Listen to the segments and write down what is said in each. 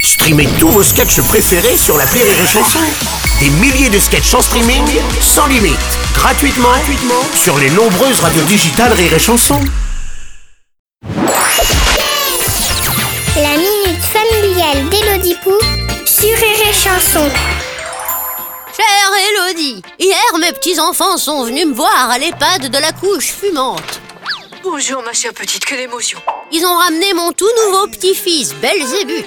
Streamez tous vos sketchs préférés sur la Rire et Chanson. Des milliers de sketchs en streaming, sans limite, gratuitement, gratuitement sur les nombreuses radios digitales Rire et Chanson. La minute familiale d'Élodie Pou sur Rire et Chanson. Chère Elodie, hier mes petits-enfants sont venus me voir à l'EHPAD de la couche fumante. Bonjour ma chère petite, quelle émotion Ils ont ramené mon tout nouveau petit-fils, Belzébuth.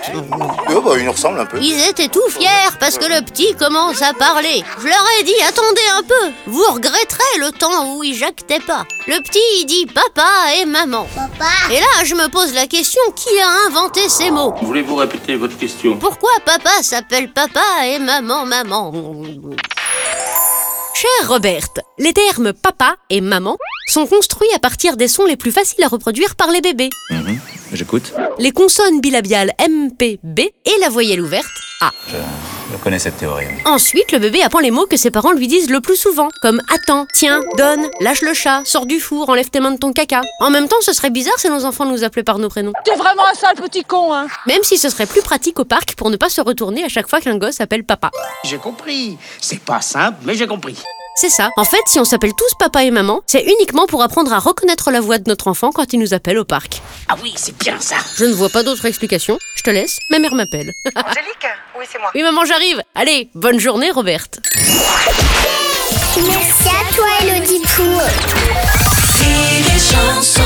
Oh, bah, il nous ressemble un peu. Ils étaient tout fiers parce que le petit commence à parler. Je leur ai dit, attendez un peu, vous regretterez le temps où il jactait pas. Le petit, il dit papa et maman. Papa Et là, je me pose la question, qui a inventé ces mots Voulez-vous répéter votre Mmh. question Pourquoi papa s'appelle papa et maman maman Cher Robert, les termes papa et maman sont construits à partir des sons les plus faciles à reproduire par les bébés. Mmh. J'écoute. Les consonnes bilabiales MPB et la voyelle ouverte A. Je connais cette théorie. Ensuite, le bébé apprend les mots que ses parents lui disent le plus souvent, comme attends, tiens, donne, lâche le chat, sors du four, enlève tes mains de ton caca. En même temps, ce serait bizarre si nos enfants nous appelaient par nos prénoms. T'es vraiment un sale petit con, hein Même si ce serait plus pratique au parc pour ne pas se retourner à chaque fois qu'un gosse appelle papa. J'ai compris. C'est pas simple, mais j'ai compris. C'est ça. En fait, si on s'appelle tous papa et maman, c'est uniquement pour apprendre à reconnaître la voix de notre enfant quand il nous appelle au parc. Ah oui, c'est bien ça. Je ne vois pas d'autre explication. Je te laisse. Ma mère m'appelle. Angélique Oui, c'est moi. oui, maman, j'arrive. Allez, bonne journée, Roberte. Merci à toi, Élodie Pou. Et les chansons